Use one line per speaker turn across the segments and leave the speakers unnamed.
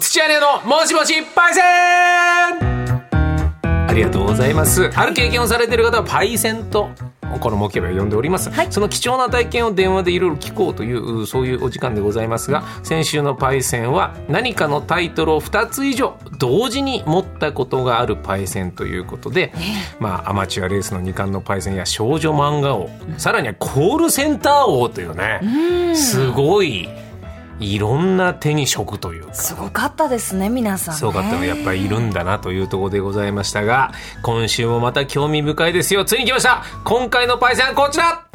土屋礼のもしもしパイセンありがとうございます、ある経験をされている方はパイセンとこのモケベを呼んでおります、
はい
その貴重な体験を電話でいろいろ聞こうというそういうお時間でございますが先週のパイセンは何かのタイトルを2つ以上同時に持ったことがあるパイセンということで、まあアマチュアレースの2冠のパイセンや少女漫画王、さらにはコールセンター王というね、すごいいろんな手に職というか
すごかったですね皆さんね
すごかったのがやっぱりいるんだなというところでございましたが今週もまた興味深いですよついに来ました今回のパイセンはこちら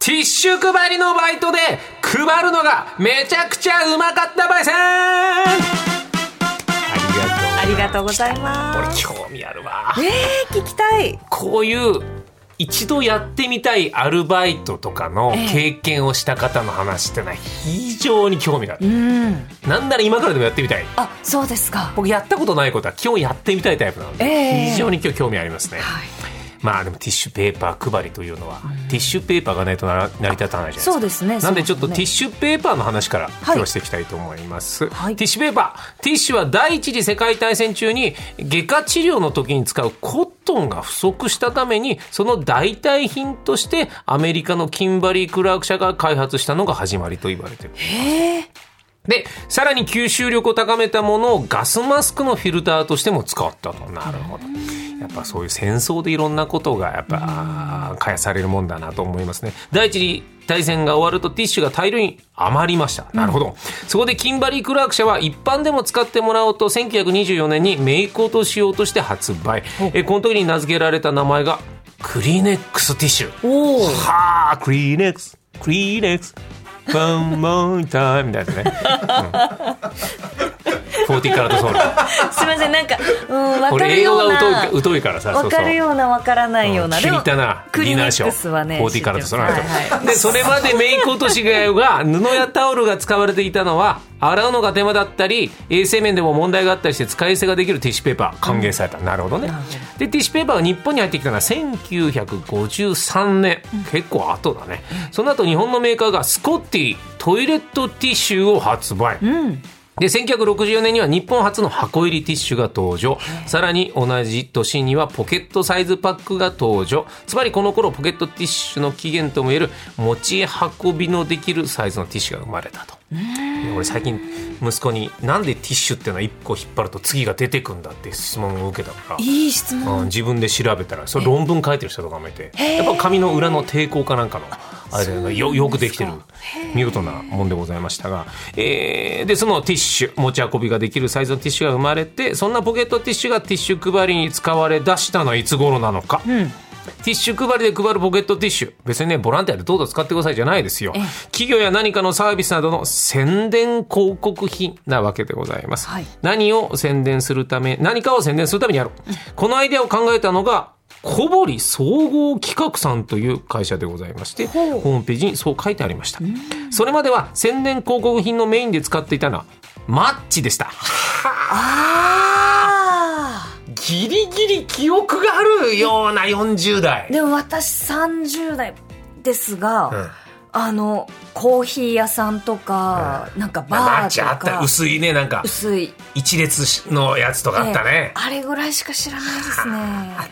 ティッシュ配りのバイトで配るのがめちゃくちゃうまかったパイセンあ
あ
り
り
がとう
がとうございます
俺興味あるわ
えー、聞きたい
こういう一度やってみたいアルバイトとかの
ええ
経験をした方の話ってのは非常に興味がある、
うん
なんなら今からでもやってみたい
あそうですか
僕やったことないことは基本やってみたいタイプなので、
ええ
非常に今日興味ありますね、
はい
まあでもティッシュペーパー配りというのは、ティッシュペーパーがないとな成り立たないじゃないですか
そうですね
なんでちょっ
そ
と
う
テ
す
ィ
ね
ッシュペーパーの話から今
い
日はしていきたいと思います、
はい
ティッシュペーパーティッシュは第一次世界大戦中に外科治療の時に使うコットンが不足したためにその代替品としてアメリカのキンバリー・クラーク社が開発したのが始まりと言われている
えー
でさらに吸収力を高めたものをガスマスクのフィルターとしても使ったとなるほどやっぱそういう戦争でいろんなことがやっぱあー開発されるもんだなと思いますね第一次大戦が終わるとティッシュが大量に余りましたなるほど、そこでキンバリー・クラーク社は一般でも使ってもらおうと1924年にメイク落とし用として発売えこの時に名付けられた名前がクリネックスティッシュ
おお
はあ、クリーネックス、クリーネックス、ワンモンタイムみたいなね。フォーティカラトソウル。
すみませんなんかうんわか
俺
る
英
よ
語
う
が
な
疎い疎いからさ、
わかるようなわからないような、
うん聞いたな
ク
デ
リ
ィ
ネ
ナーシ
ッ
ョー
クスはね
ボディカラーとその後
はいはい
でそれまでメイク落としがが布やタオルが使われていたのは洗うのが手間だったり衛生面でも問題があったりして使い捨てができるティッシュペーパー歓迎された、なるほどね
なるほ
でティッシュペーパーが日本に入ってきたのは1953年、結構後だねその後日本のメーカーがスコッティトイレットティッシュを発売、
うん
で1964年には日本初の箱入りティッシュが登場さらに同じ年にはポケットサイズパックが登場つまりこの頃ポケットティッシュの起源ともいえる持ち運びのできるサイズのティッシュが生まれたといや俺最近息子になんでティッシュってのは1個引っ張ると次が出てくんだって質問を受けたから
いい質問
うん、自分で調べたらそれ論文書いてる人とかもいてやっぱ紙の裏の抵抗かなんかのあれだよねよよくできてる見事なもんでございましたが、えーでそのティッシュ持ち運びができるサイズのティッシュが生まれてそんなポケットティッシュがティッシュ配りに使われ出したのはいつ頃なのか。ティッシュ配りで配るポケットティッシュ別にねボランティアでどうぞ使ってくださいじゃないですよ企業や何かのサービスなどの宣伝広告費なわけでございます、
はい
何を宣伝するため何かを宣伝するためにやろう、このアイデアを考えたのが小堀総合企画さんという会社でございまして
ほ
ホ
う
ームページにそう書いてありましたそれまでは宣伝広告品のメインで使っていたのはマッチでした
あ
ギリギリ記憶があるような40代
ーでも私30代ですが、
うん
あのコーヒー屋さんとか、なんか
まあマッ
バ
チあ
ー
っ
とか
た薄いねなんか
薄い
一列のやつとかあったね
ええ、あれぐらいしか知らないです
あっ
ね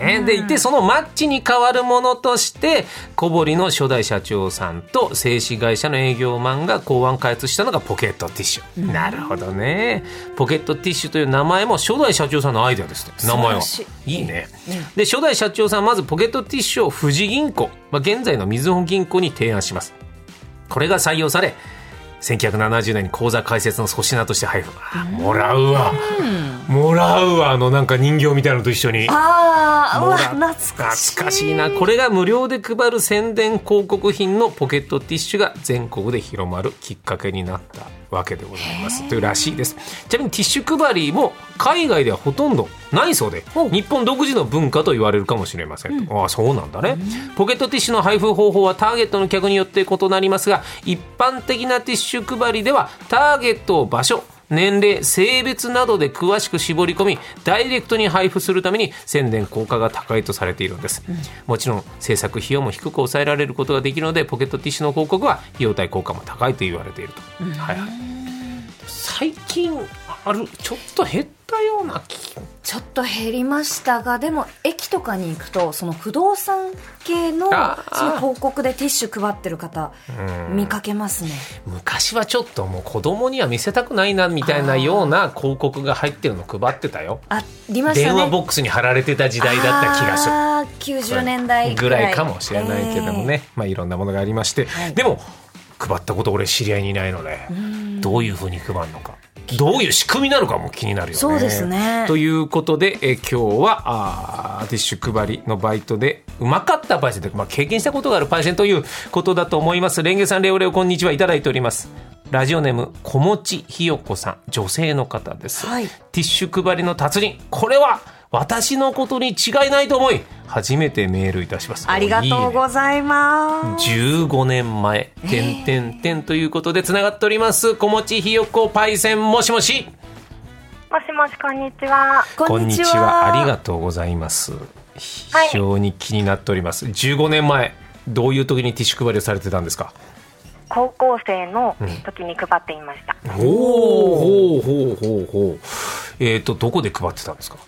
たね。で、いて、そのマッチに変わるものとして、小堀の初代社長さんと製紙会社の営業マンが考案開発したのがポケットティッシュ。なるほどね。ポケットティッシュという名前も初代社長さんのアイデアですね。名前は
素晴ら。
いいね。で、初代社長さんはまずポケットティッシュを富士銀行、まあ、現在のみずほ銀行に提案します。これが採用され、1970年に口座開設の粗品として配布。あもらうわ。もらうわ。あの、なんか人形みたいなのと一緒に。
ああうわ
もら
懐かしい
懐かしいなこれが無料で配る宣伝広告品のポケットティッシュが全国で広まるきっかけになったわけでございますというらしいですちなみにティッシュ配りも海外ではほとんどないそうで
お
日本独自の文化と言われるかもしれませんと、ああそうなんだねポケットティッシュの配布方法はターゲットの客によって異なりますが一般的なティッシュ配りではターゲットを場所年齢性別などで詳しく絞り込みダイレクトに配布するために宣伝効果が高いとされているんです、もちろん制作費用も低く抑えられることができるのでポケットティッシュの広告は費用対効果も高いと言われていると、はいはい最近あるちょっと減ったような気
ちょっと減りましたがでも駅とかに行くとその不動産系の
あー
その広告でティッシュ配ってる方
うん
見かけますね
昔はちょっともう子供には見せたくないなみたいなような広告が入ってるの配ってたよ
ありました
電
ね
話ボックスに貼られてた時代だった気がする
る90年代
ぐらいかもしれないけども、ね、まあ、いろんなものがありまして、
い
でも配ったこと俺知り合いにいないので
えー
どういうふうに配るのかどういう仕組みなのかも気になるよね。
そうですね
ということで、え今日はあーティッシュ配りのバイトでうまかったパイセンというか、まあ、経験したことがあるパイセンということだと思いますレンゲさんレオレオこんにちはいただいておりますラジオネーム小持ひよこさん女性の方です、
はい
ティッシュ配りの達人これは私のことに違いないと思い初めてメールいたします
ありがとう
いいね
ございます
15年前、てんてんてんということでつながっております小持ひよこパイセンもしもし
もしもし、こんにちは。
こんにちは。ありがとうございます。非常に気になっております。15年前、どういう時にティッシュ配りをされてたんですか。
高校生の時に配っていました。
おお、ほうほうほうほう。えっ、と、どこで配ってたんですか。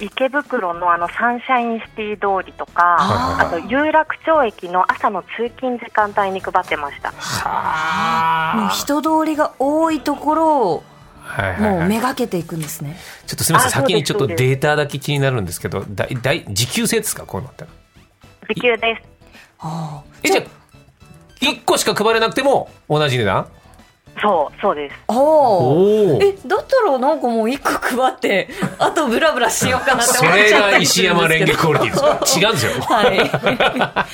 池袋のあのサンシャインシティ通りとか、
あー
あと有楽町駅の朝の通勤時間帯に配ってました。
もう
は
人通りが多いところを
はいはい
も
は
う
い。
めがけていくんですね
ちょっとすみません、
あそう
先
です
にちょっと
そうです
データだけ気になるんですけど、だい、だい、時給制ですか、こうなったら。
時給です。
ああ
え、じゃあ。一個しか配れなくても、同じ値段。
そう、そうです。
おお
おお。
えだったらなんかもう一個配って あとブラブラしようかなって
そ
思っ
れ
ちゃっ
が
たりす
石
るん
山
で
レ
す
ンゲ
けど
クオリティですか。違うんですよ。
はい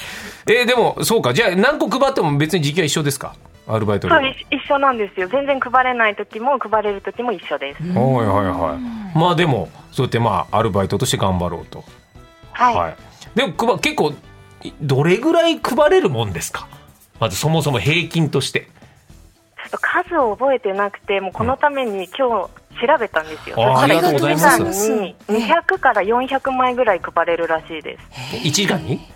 えーでもそうかじゃあ何個配っても別に時期は一緒ですかアルバイト料
そ
は
う、一一緒なんですよ。全然配れない時も配れる時も一緒です。
はいはいはいまあでもそうやってまあアルバイトとして頑張ろうと
はい。
でも配結構いどれぐらい配れるもんですかまずそもそも平均として
ちょっと数を覚えてなくて、もうこのために今日調べたんですよ。
あーありがとうございます
そしたら皆さんに200から400枚ぐらい配れるらしいです。
1時間に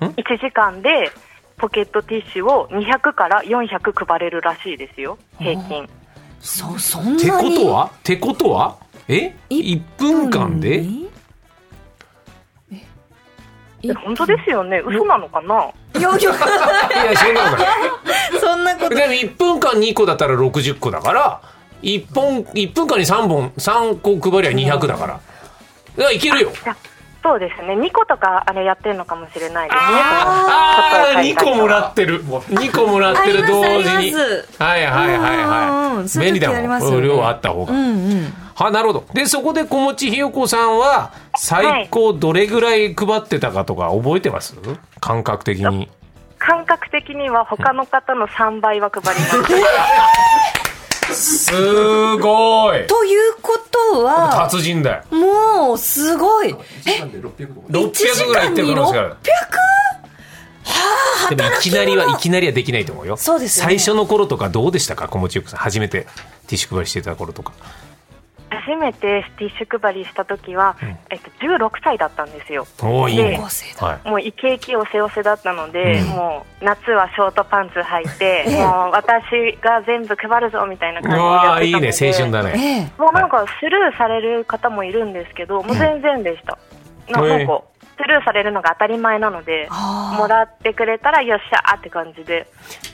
1時間でポケットティッシュを200から400配れるらしいですよ平均
そそんなに
てことはてことはえ
一
1分間で
に
え本当ですよね嘘なのかない
やいや
いやそんなことない
そんなこと
でも1分間2個だったら60個だから1本1分間に3本3個配りゃ200だからだからいけるよ
じゃあそうですね2個とかあれやってるのかもしれないですね
あーあー、二個もら
っ
ってる。二個もらってる同時
あり
に。
ます
はいはいはい
うんうんう
は
ん
い。
そういう時
便利だ
あり
も
ま
ん。
すよね
量はあった方
う
が。
んうん
はなるほど。でそこで小持ひよこさんは最高どれぐらい配ってたかとか覚えてます？感覚的に。
感覚的には他の方の3倍は配ります
すごい。
ということは
達人だよ。
もうすごい
六
1時
百ぐらいい
間
ってる
に
可能性がある
600?。
でもいきなりはいきなりはできないと思うよ。
そうですよね
最初の頃とかどうでしたか小持ひよこさん初めてティッシュ配りしてた頃とか。
初めてティッシュ配りした時は、えっと、16歳だったんですよ
おーいいね
で。
高生だ
はい。
もうイケイケおせおせだったので、
うん
もう夏はショートパンツ履いて、もう私が全部配るぞみたいな
う
感じでやっ
わー
て
い
た
い
ので
ね青春だね。
ええ
もうなんかスルーされる方もいるんですけど、もう全然でした、な
へえ
なんかスルーされるのが当たり前なので
あー
もらってくれたらよっしゃーって感じで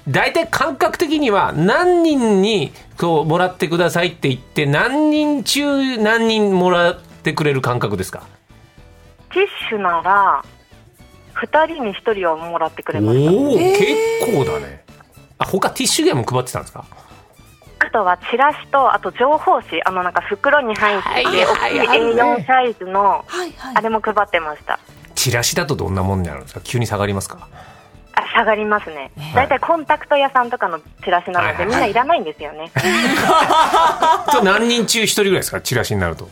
大体感覚的には何人にこうもらってくださいって言って何人中何人もらってくれる感覚ですか。
ティッシュなら2人に1人はもらってく
お
れました
お、
え
結構だね。あ他ティッシュゲーム配ってたんですか。
あとはチラシとあと情報誌あのなんか袋に入ってて大きい A4 サイズの
はいはい
あれも配ってました
チラシだとどんなもんになるんですか。急に下がります か。
あ下がりますね、大体コンタクト屋さんとかのチラシなの
はいは
で、
い
みんないらないんですよね、
と何人中一人ぐらいですか。チラシになると。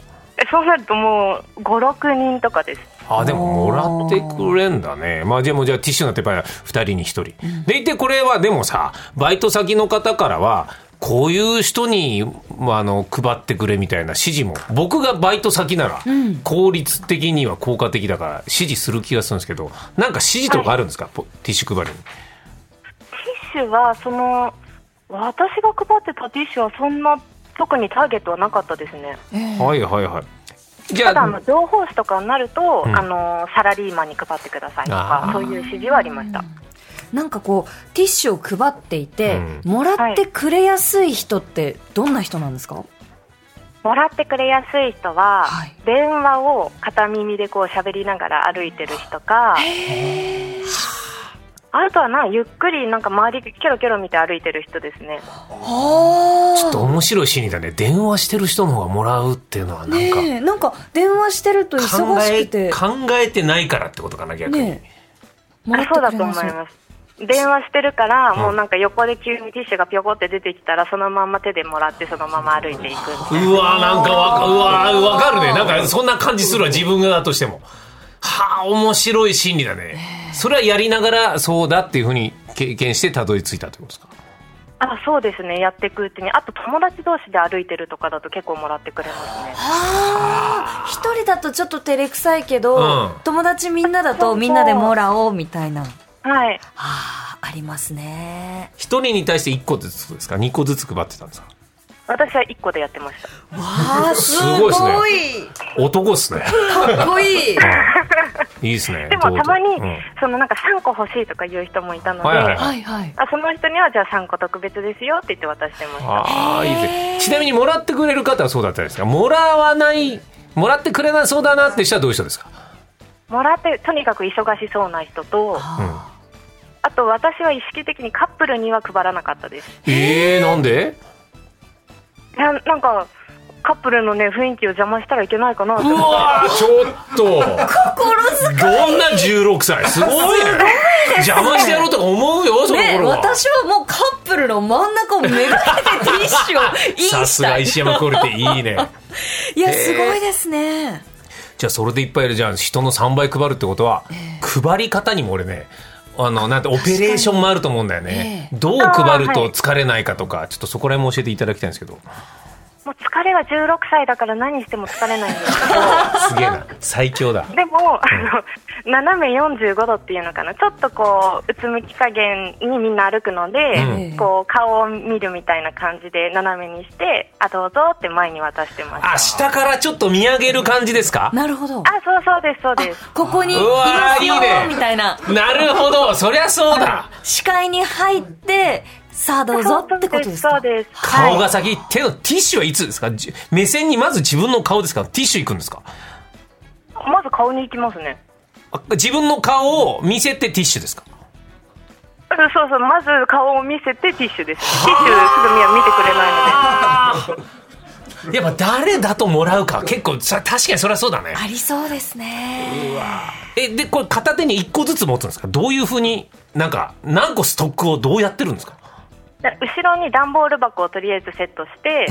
そうなるともう56人とかです
あでももらってくれんだね。まあじゃあもうじゃあティッシュなんてやっぱり二人に一人。でいてこれはでもさバイト先の方からはこういう人にまああの配ってくれみたいな指示も僕がバイト先なら効率的には効果的だから指示する気がするんですけどなんか指示とかあるんですか、ポティッシュ配りに。
ティッシュはその私が配ってたティッシュはそんな特にターゲットはなかったですね。
ええ
はいはいはい。じゃ
ただあ
あ
の、情報誌とかになると、
うん
あのサラリーマンに配ってくださいと
あ
か
ー
そういう指示はありました。
なんかこうティッシュを配っていて、
う
もらってくれやすい人ってどんな人なんですか、
もらってくれやすい人は、
はい
電話を片耳でこう喋りながら歩いてる人かあとはなゆっくりなんか周りケロケロ見て歩いてる人ですね
あ
ちょっと
あ
面白いシーンだね。電話してる人の方がもらうっていうのはなんか。
ねえなんか電話してると
考
忙し
え
くて
考えてないからってことかな逆に、
ねえも
あ
らっ
そうだ
て
と
くれ
思
ないそう
ます電話してるから、
うん
もうなんか横で急にティッシュがピョコって出てきたらそのまんま手でもらってそのまま歩いていく
うわなんかわかうわわかるねなんかそんな感じするわ自分がとしてもはあ面白い心理だねそれはやりながらそうだっていうふうに経験してたどり着いたってことですか
あそうですねやっていくうちにあと友達同士で歩いてるとかだと結構もらってくれますね
ああ一人だとちょっと照れくさいけど、
うん
友達みんなだ
そう
と
そう
みんなでもらおうみたいな
はい
あーありますね
一人に対して一個ずつですか二個ずつ配ってたんですか
私は1個でやってました
わあす
す
ご
ご
い
いですね男っすね
かっこいい
いいですね
でもたまに、
うん
そのなんか3個欲しいとかいう人もいたので、
はいはい
はいはい
あその人にはじゃあ3個特別ですよって言って渡してました
ああいいですねちなみにもらってくれる方はそうだったんですかもらわないもらってくれなそうだなって人はどういう人ですか、
もらってとにかく忙しそうな人と
うん、
あと私は意識的にカップルには配らなかったです
えー、なんで
いやなんかカップルのね雰囲気を邪魔したらいけないかなって
うわーちょっと
心
どんな16歳すごいね邪魔してやろうとか思うよその
ね
頃は、
私はもうカップルの真ん中をめがけてティッシュをイ ン
さ
し
す
た
が
い
石山クオリティいいね
いやすごいですね、
じゃあそれでいっぱいいるじゃん人の3倍配るってことは、配り方にも俺ねあのなんてオペレーションもあると思うんだよね、
え
どう配る
あーは
と
い
疲れないかとか、ちょっとそこら辺も教えていただきたいんですけど
もう疲れは16歳だから何しても疲れないんですけ
すげえな最強だ
どでもあの斜め45度っていうのかなちょっとこううつむき加減にみんな歩くので、
うん
こう顔を見るみたいな感じで斜めにしてあどうぞって前に渡してました
あ下からちょっと見上げる感じですか
なるほど
あそうそうですそうです
ここにいう
わ
ま
ー
すよ
いいね
みたいな
なるほどそりゃそうだ
視界に入ってさあどうぞってことです
そ
か
うですそうです
顔
はい
が先、手のティッシュはいつですかじ目線にまず自分の顔ですかティッシュいくんですか
まず顔に行きますね
あ自分の顔を見せてティッシュですか
うんそうそうまず顔を見せてティッシュですティッシュすぐには見てくれないので
やっぱ誰だともらうか結構さ確かにそりゃそうだね
ありそうですね
えでこれ片手に1個ずつ持つんですかどういうふうになんか何個ストックをどうやってるんですか
で後ろに段ボール箱をとりあえずセットして、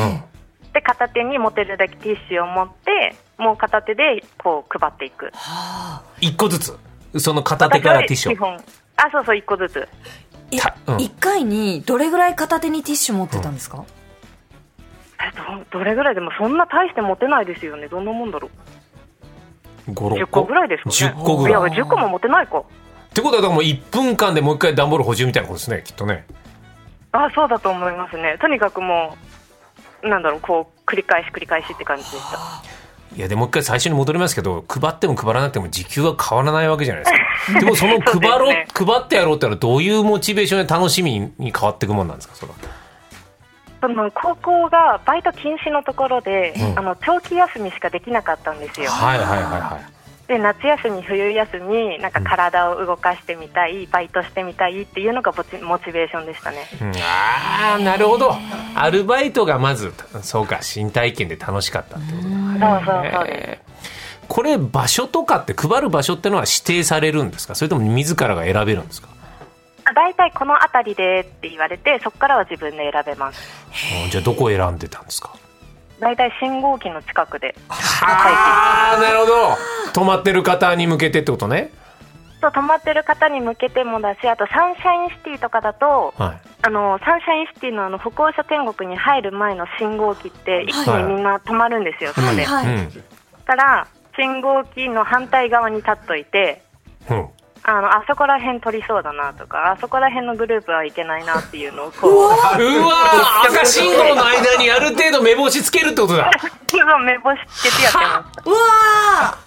で片手に持てるだけティッシュを持ってもう片手でこう配っていく
1個ずつその片手からティッシ
私
ュを
は基本あそうそう一個ずつ
え
たうん
一回にどれぐらい片手にティッシュ持ってたんですか、
えどどれぐらいでもそんな大して持てないですよねどんなもんだろう
56
10個ぐらいですかね
10個ぐ
いや
らいっ
10個も持てないか
てことはだからもう1分間でもう1回段ボール補充みたいなことですねきっとね
あそうだと思いますねとにかくもうなんだろうこう繰り返し繰り返しって感じでした
いやでもう一回最初に戻りますけど配っても配らなくても時給は変わらないわけじゃないです かでもその配ろう、
そうで
配ってやろうってのはどういうモチベーションで楽しみに変わっていくもんなんですかそれは
その高校がバイト禁止のところで、
うん
あの長期休みしかできなかったんですよ
はいはいはいはい
で夏休み冬休みなんか体を動かしてみたい、バイトしてみたいっていうのがモチモチベーションでしたね
うんああなるほどアルバイトがまずそうか新体験で楽しかったってことだ
そうそうそうです、
えーこれ場所とかって配る場所ってのは指定されるんですかそれとも自らが選べるんですか
あ大体この辺りでって言われてそこからは自分で選べます
うんじゃあどこを選んでたんですか
大体信号機の近くで
ああなるほど泊まってる方に向けてってことね
そう泊まってる方に向けてもだしあとサンシャインシティとかだと
はい
あのサンシャインシティのあの歩行者天国に入る前の信号機って一気にみんな止まるんですよ、そこで、
はい
うん
だから信号機の反対側に立っといて
うん
あのあそこら辺取りそうだなとかあそこら辺のグループはいけないなっていうのをこう
うわー赤信号の間にある程度目星つけるってことだ
そう目星つけてやってま
うわ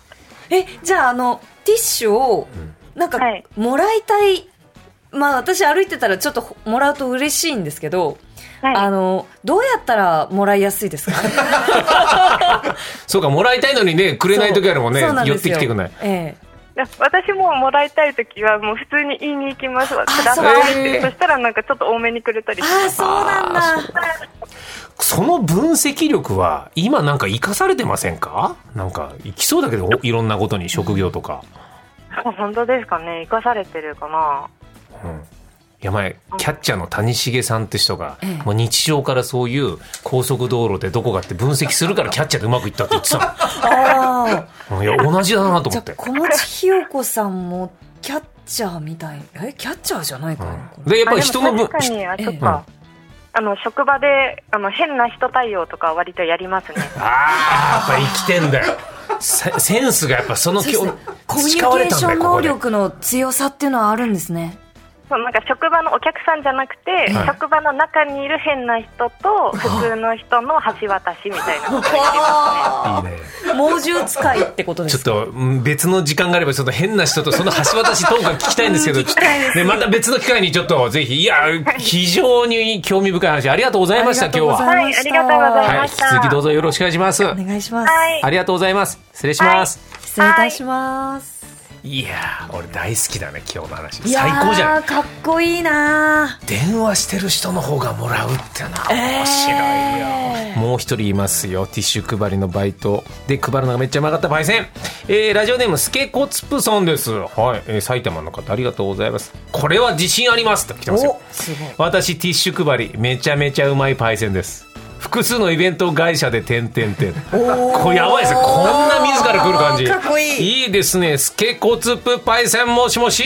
ーえじゃああのティッシュをなんか
はい
もらいたい、まあ私歩いてたらちょっとほもらうと嬉しいんですけど、
す、はい、
あのどうやったらもらいやすいですか
そうかもらいたいのにねくれない時あるもんね
そうそうなん
寄っ
です
て
よ
きてくんない
え
私ももらいたいときはもう普通に言いに行きますくだ
そう
さいっ
えー
てそしたらなんかちょっと多めにくれた
え
りし
あ
ま
あそうなんだ
その分析力は今なんか生かされてませんかなんか生きそうだけどおいろんなことに職業とか、
す本当ですかね生かされてるかな
うん、いや前キャッチャーの谷繁さんって人が、
ええ
もう日常からそういう高速道路でどこかって分析するからキャッチャーでうまくいったって言ってた
あ
のうんいや同じだなと
あ
思
じゃ
っ
あ
て。
小持ひよこさんもキャッチャーみたいえキャッチャーじゃないかな、
うん
これ
でやっ
あ
ぱり
でも
人の分
確かにあ
ええ
そっか、あの職場であの変な人対応とか割とやりますね
ああやっぱ生きてんだよセセンスがやっぱその
そうですねコミュニケ
培われ
ー
たん
シ
だ
ョ
よ
ン
こ
能
こで
力の強さっていうのはあるんですね
そうなんか職場のお客さんじゃなくて、
はい
職場の中にいる変な人と普通の人の橋渡しみたいなことやりますね
いいね
猛獣使いってことで
ちょ
す
っとうん別の時間があればちょっと変な人とその橋渡しトークが聞きたいんですけどね、また別の機会にちょっとぜひいや非常に興味深い話ありがとうございました
あ
今
り
日
がとうござ
は。
い
は
はいありがとうござい
い
ま
引き
した、
続きどうぞよろしくお願いします。
お願いします、
はい
ありがとうございます。失礼します。
失礼いたします、
い、やー俺大好きだね今日の話
いや
最
ー
高じゃん。
かっこいいな
電話してる人の方がもらうってな面白いよ。
え
もう一人いますよティッシュ配りのバイトで配るのがめっちゃうまかったパイセン、えーラジオネームスケコツプさんですはい、えー埼玉の方ありがとうございますこれは自信ありますと来てますよ
おすごい
私ティッシュ配りめちゃめちゃうまいパイセンです複数のイベント会社で点々点これやばいですねこんな自ら来る感じ
かっこいい
いいですねスケコツプパイセンもしもし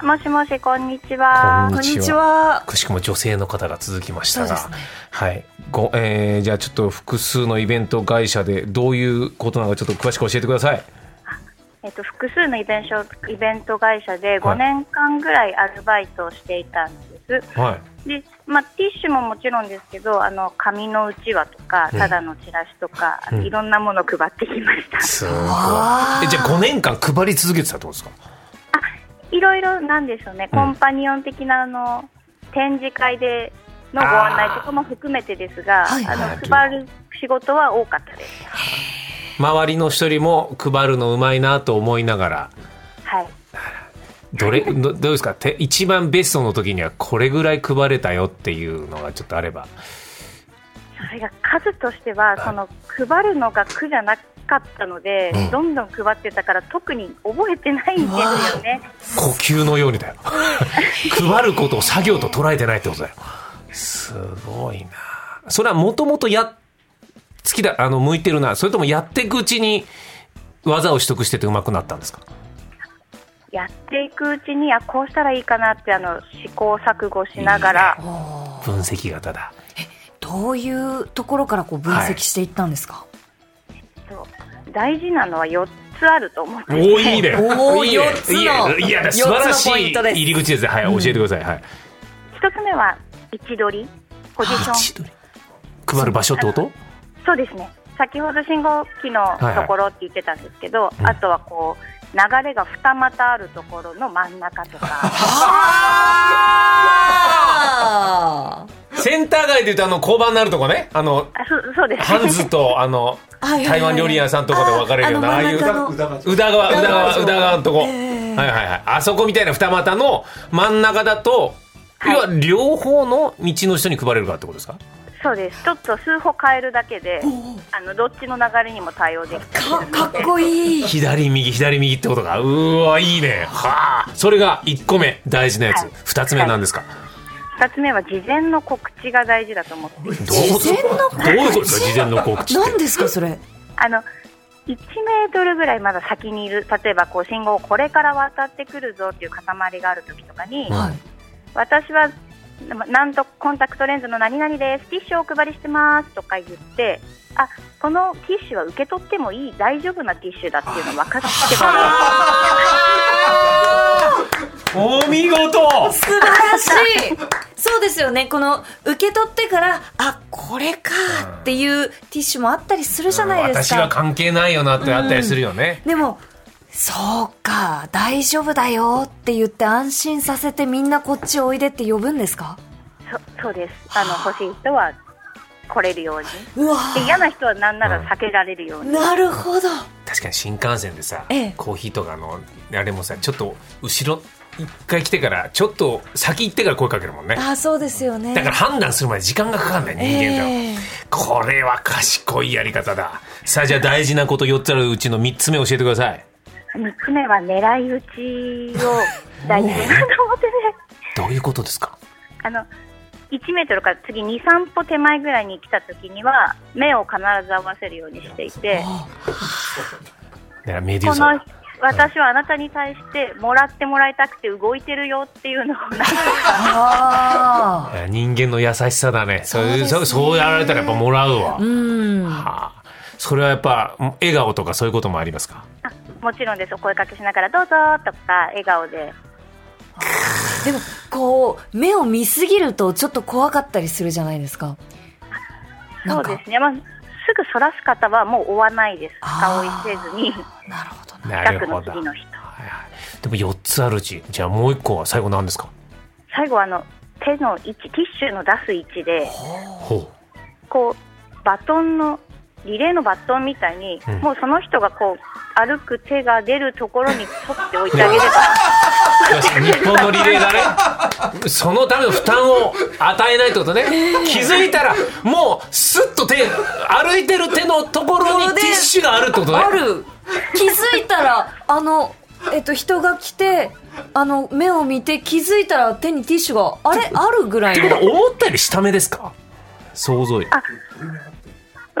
もしもし、こんにちは。
こんにちは
くしくも女性の方が続きましたが、
そうですね
はいごえーじゃあちょっと複数のイベント会社でどういうことなのかちょっと詳しく教えてください
えっと、複数のイベントイベント会社で5年間ぐらいアルバイトをしていたんです、
は
でまあ、ティッシュももちろんですけどあの紙のうちわとか
うん
ただのチラシとか、
うん
いろんなものを配ってきました
いすごい
わー
えじゃあ5年間配り続けてたってことですか
いろいろなんでしょうね
うん
コンパニオン的なあの展示会でのご案内とかも含めてですが
あー
あ
はいはい
の配る仕事は多かったです、
周りの人よりも配るのうまいなと思いながら
はい、
どれどどうですかて一番ベストの時にはこれぐらい配れたよっていうのがちょっとあれば
それが数としてはその配るのが苦じゃなかったので、
うん
どんどん配ってたから特に覚えてないんですよね。
呼吸のように だよ配ることを作業と捉えてないってことだよすごいなそれはもともとや好きだあの向いてるなそれともやっていくうちに技を取得しててうまくなったんですか
やっていくうちにあこうしたらいいかなってあの試行錯誤しながら
おー
分析型だ
どういうところからこう分析していったんですか、
そう大事なのは4つあると思って
おおいいね
おー
いいね
四つの
いやいや素晴らし
四つのポイ
い
ントです
入り口ですねはい、
うん
教えてくださいはい
1つ目は位置取りポジション
一度に配る場所ってこと
そうですね先ほど信号機の
はいはい
ところって言ってたんですけど、
うん
あとはこう流れが二股あるところの真ん 中とか。
あ
センター街で言うとあの交番になるとこねあの
あそうそうです
ハンズとあの
ーはいはいはい
台湾料理屋さんとかで分かれるような
あ
ああいう
の真ん中の
宇田川宇田川
そう
宇田川のとこ、
ええ
はいはいはいあそこみたいな二股の真ん中だと、
はい
要は両方の道の人に配れるかってことですか
そうですちょっと数歩変えるだけであのどっちの流れにも対応できたり
かかっこいい
左右左右ってことかうーわいいねはあそれが1個目大事なやつ、
はい
二つ目なんですか、
2つ目は事前の告知が大事だと思っていて
どういう
事前の告知
どういうことですか事前の告知って
何ですかそれ
あの1メートルぐらいまだ先にいる例えばこう信号をこれから渡ってくるぞっていう塊がある時とかに、
は
私はまなんとコンタクトレンズの何々ですティッシュをお配りしてますとか言ってあこのティッシュは受け 取ってもいい大丈夫なティッシュだっていうのを分かってもらう
お見事
素晴らしいそうですよねこの受け取ってからあこれかっていうティッシュもあったりするじゃないです
私は
か、
関係ないよなってあったりするよね。
でもそうか大丈夫だよって言って安心させてみんなこっちおいでって呼ぶんですか
そそうですあの欲しい人は来れるように
うわ
で嫌な人はなんなら避けられるように、
なるほど
確かに新幹線でさ、
ええ
コーヒーとかのあれもさちょっと後ろ一回来てからちょっと先行ってから声かけるもんね。
あそうですよね
だから判断するまで時間がかかんない人間だよ、
ええ
これは賢いやり方ださあじゃあ大事なこと4つあるうちの3つ目教えてください
3つ目は狙い撃ちを大事だなと思ってね
どういうことですか
あの1メートルから次2、3歩手前ぐらいに来た時には目を必ず合わせるようにしていて
だからメデュー
こ
サ
の私はあなたに対してもらってもらいたくて動いてるよっていうのをなんか
ああ
いや人間の優しさだねそういう
そ
そう
うですね
そうやられたらやっぱもらうわ、
うん
はあ、それはやっぱ笑顔とかそういうこともありますか
もちろんですお声かけしながらどうぞとか笑顔で
でもこう目を見すぎるとちょっと怖かったりするじゃないですかな
そ
ん
う
か
ですね、まあ、すぐそらす方はもう追わないです
あ
顔
ー
をせずに
なるほどな
な
近
る
く
ほ
の
ど、
次の人
はいはい、でも4つあるうちじゃあもう1個は最後何ですか
最後はあの手の位置ティッシュの出す位置で
ほう
こうバトンのリレーのバトンみたいに、
うん
もうその人がこう歩く手が出るところに取っておいてあげれば
よし日本のリレーだねそのための負担を与えないってことね気づいたらもうスッと手歩いてる手のところにティッシュがあるってことね
ある気づいたら あのえっと人が来てあの目を見て気づいたら手にティッシュがあれあるぐらい
ってこと
の
は思ったより下目ですか想像より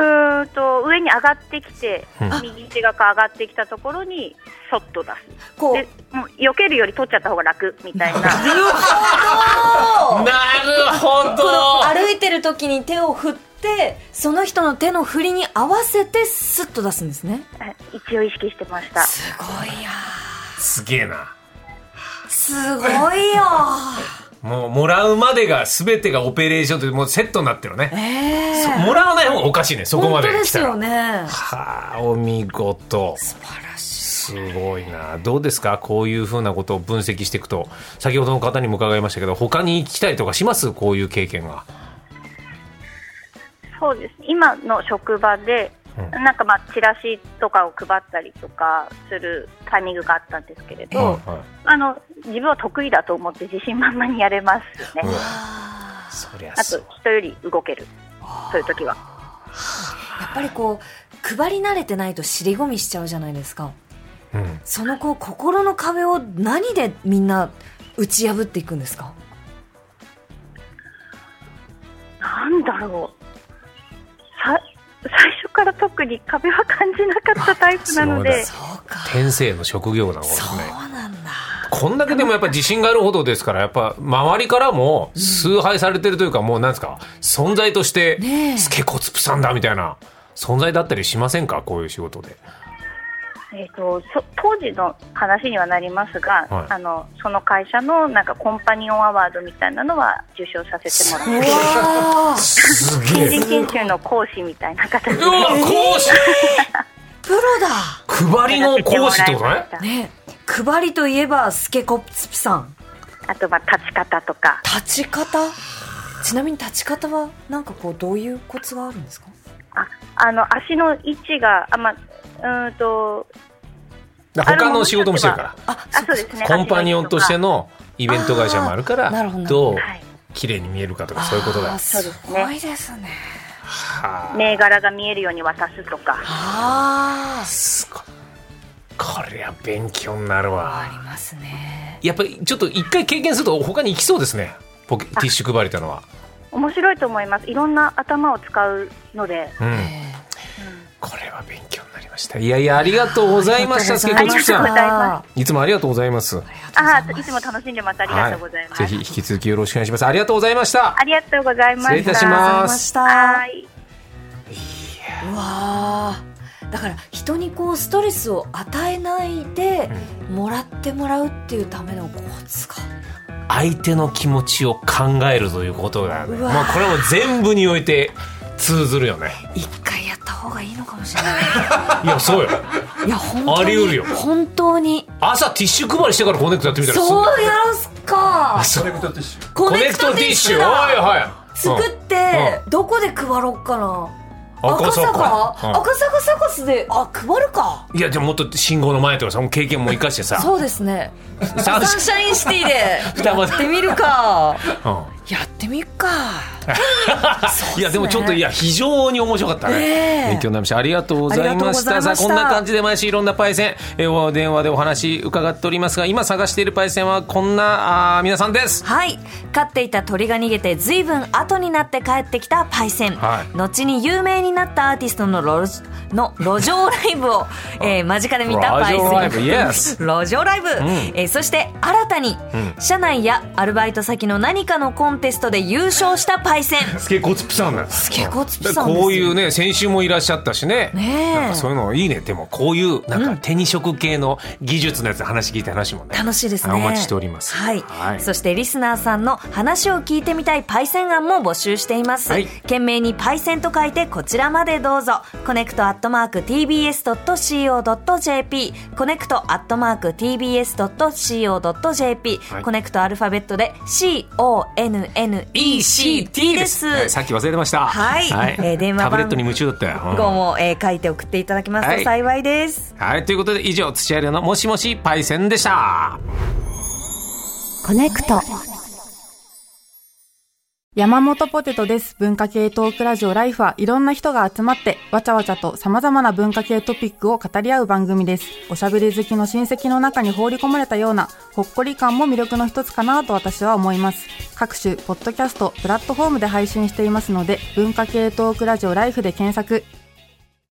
うーんと上に上がってきて、
うん
右手がこう上がってきたところにそっと出す
こう
でもう避けるより取っちゃった方が楽みたいな
なるほど
この歩いてる時に手を振ってその人の手の振りに合わせてスッと出すんですね
一応意識してました
すごいや
すげえな
すごいよ
もうもらうまでが全てがオペレーションというもうセットになってるね、
ええ
もらわない方がおかしいねそこ
本
ま
当
で
で
来
す
たら
よね
はあお見事
素晴らしい
すごいなどうですかこういうふうなことを分析していくと先ほどの方にも伺いましたけど他に来たりとかしますこういう経験が
そうです今の職場で、
う
なんかまあチラシとかを配ったりとかするタイミングがあったんですけれど、
はいはい
あの自分は得意だと思って自信満々にやれますね
うわ
あ
そりゃ
あ
そ
と
う
人より動けるそういう時は
ーやっぱりこう配り慣れてないと尻込みしちゃうじゃないですか
うん
そのこう心の壁を何でみんな打ち破っていくんですか
なんだろうさ最初から特に壁は感じなかったタイプなので
そ
そうか
天性の職業なのかも
そう
ね
なんだ
こんだけでもやっぱ自信があるほどですから、やっぱ周りからも崇拝されてるというか、もうなんですか、存在として
ねえ、
スケコツプさんだみたいな存在だったりしませんか、こういう仕事で。
えー、とそ当時の話にはなりますが、
はい
あのその会社のなんかコンパニオンアワードみたいなのは受賞させてもらって
うわー
すげ
新人研修の講師みたいな形で
うわ、講 師
プロだ
配りの講師ってことね。
ね配りといえばスケコップさん
あとは立ち方とか
立ち方ちなみに立ち方はなんかこうどういうコツがあるんですか
ああの足の位置があまあうーんと
だから他の仕事もしてるか
あ
あそうですね
ら。コンパニオンとしてのイベント会社もあるか
あーなる
ら
ほど、
どう
はい
綺麗に見えるかとか、そういうことだ。
すごいですね
はあ
銘柄が見えるように渡すとか
あー
すごいこれは勉強になるわ
あ。りますね
やっぱりちょっと一回経験すると他に行きそうですねポケティッシュ配りたのは、
面白いと思いますいろんな頭を使うので
うん、
え
これは勉強になりましたいやいやありがとうございました
あ
ス
り
ケ
がと
コ
うござい
ツ
ま
プ
した
さ
ありがとうございま
んいつもありがとうございます
ああいつも楽しんでますありがとうございます、
はい、ぜひ引き続きよろしくお願いしますありがとうございました
ありがとうございました
失礼いたし
ありがとうござい
ま
ますした
はい
わあだから人にこうストレスを与えないでもらってもらうっていうためのコツが
相手の気持ちを考えるということだよね
うわ
まあこれも全部において通ずるよね
一回やった方がいいのかもしれな い
いやそうよ
いや本当に
あり得るよ
本当に
朝ティッシュ配りしてからコネクトやってみたらすんだよ
そうやらすか
そう
コネクトティッシュ
コネクトティッシュ
コネクトティッシ
だ
ュはいはい
作
うん
ってどこで配ろうかな
赤
赤
坂
坂
うん
赤坂サカスであ配るか
いやでももっと信号の前とかさもう経験も生かしてさ
そうですね
サ
サ
ン
ン
シ
シャインシティで
双葉
やってみるか
うん
やってみっか
いやでもちょっといや非常に面白かったね、
ええ
勉強になりましたありがとうございました
ありがとうござい
さ
ま
あ
した
こんな感じで毎週いろんなパイセン、えーお電話でお話伺っておりますが今探しているパイセンはこんなあー皆さんです
はい飼っていた鳥が逃げて随分後になって帰ってきたパイセン、
はい
後に有名になったアーティストの路の路上ライブ を、えー間近で見たパイ
路
セン
上ライブ Yes
路上ライブ、えーそして新たに、社内やアルバイト先の何かのコンテストで優勝したパイセン
スケコツプさんなんです
スケコツプさんですよ
こういうね先週もいらっしゃったしね
ねえ
なんかそういうのいいねでもこういうなんか手に職系の技術のやつ話聞いた話もね
楽しいですね。
お待ちしております
はい。
はい
そしてリスナーさんの話を聞いてみたいパイセン案も募集しています。
はい
懸命にパイセンと書いてこちらまでどうぞ。コネクトアットマーク tbs.co.jp コネクトアットマーク tbs.co.jp
い
コネクトアルファベットで connect です。
はいさっき忘れてました
はいえー電話
タ
番
ブレットに夢中だったよ、うん
今後も、えー書いて送っていただきます
は
と
い
幸いです。
はいということで以上土屋亮のもしもしパイセンでした
コネクト。
山本ポテトです。文化系トークラジオライフはいろんな人が集まって、わちゃわちゃと様々な文化系トピックを語り合う番組です。おしゃべり好きの親戚の中に放り込まれたような、ほっこり感も魅力の一つかなと私は思います。各種、ポッドキャスト、プラットフォームで配信していますので、文化系トークラジオライフで検索、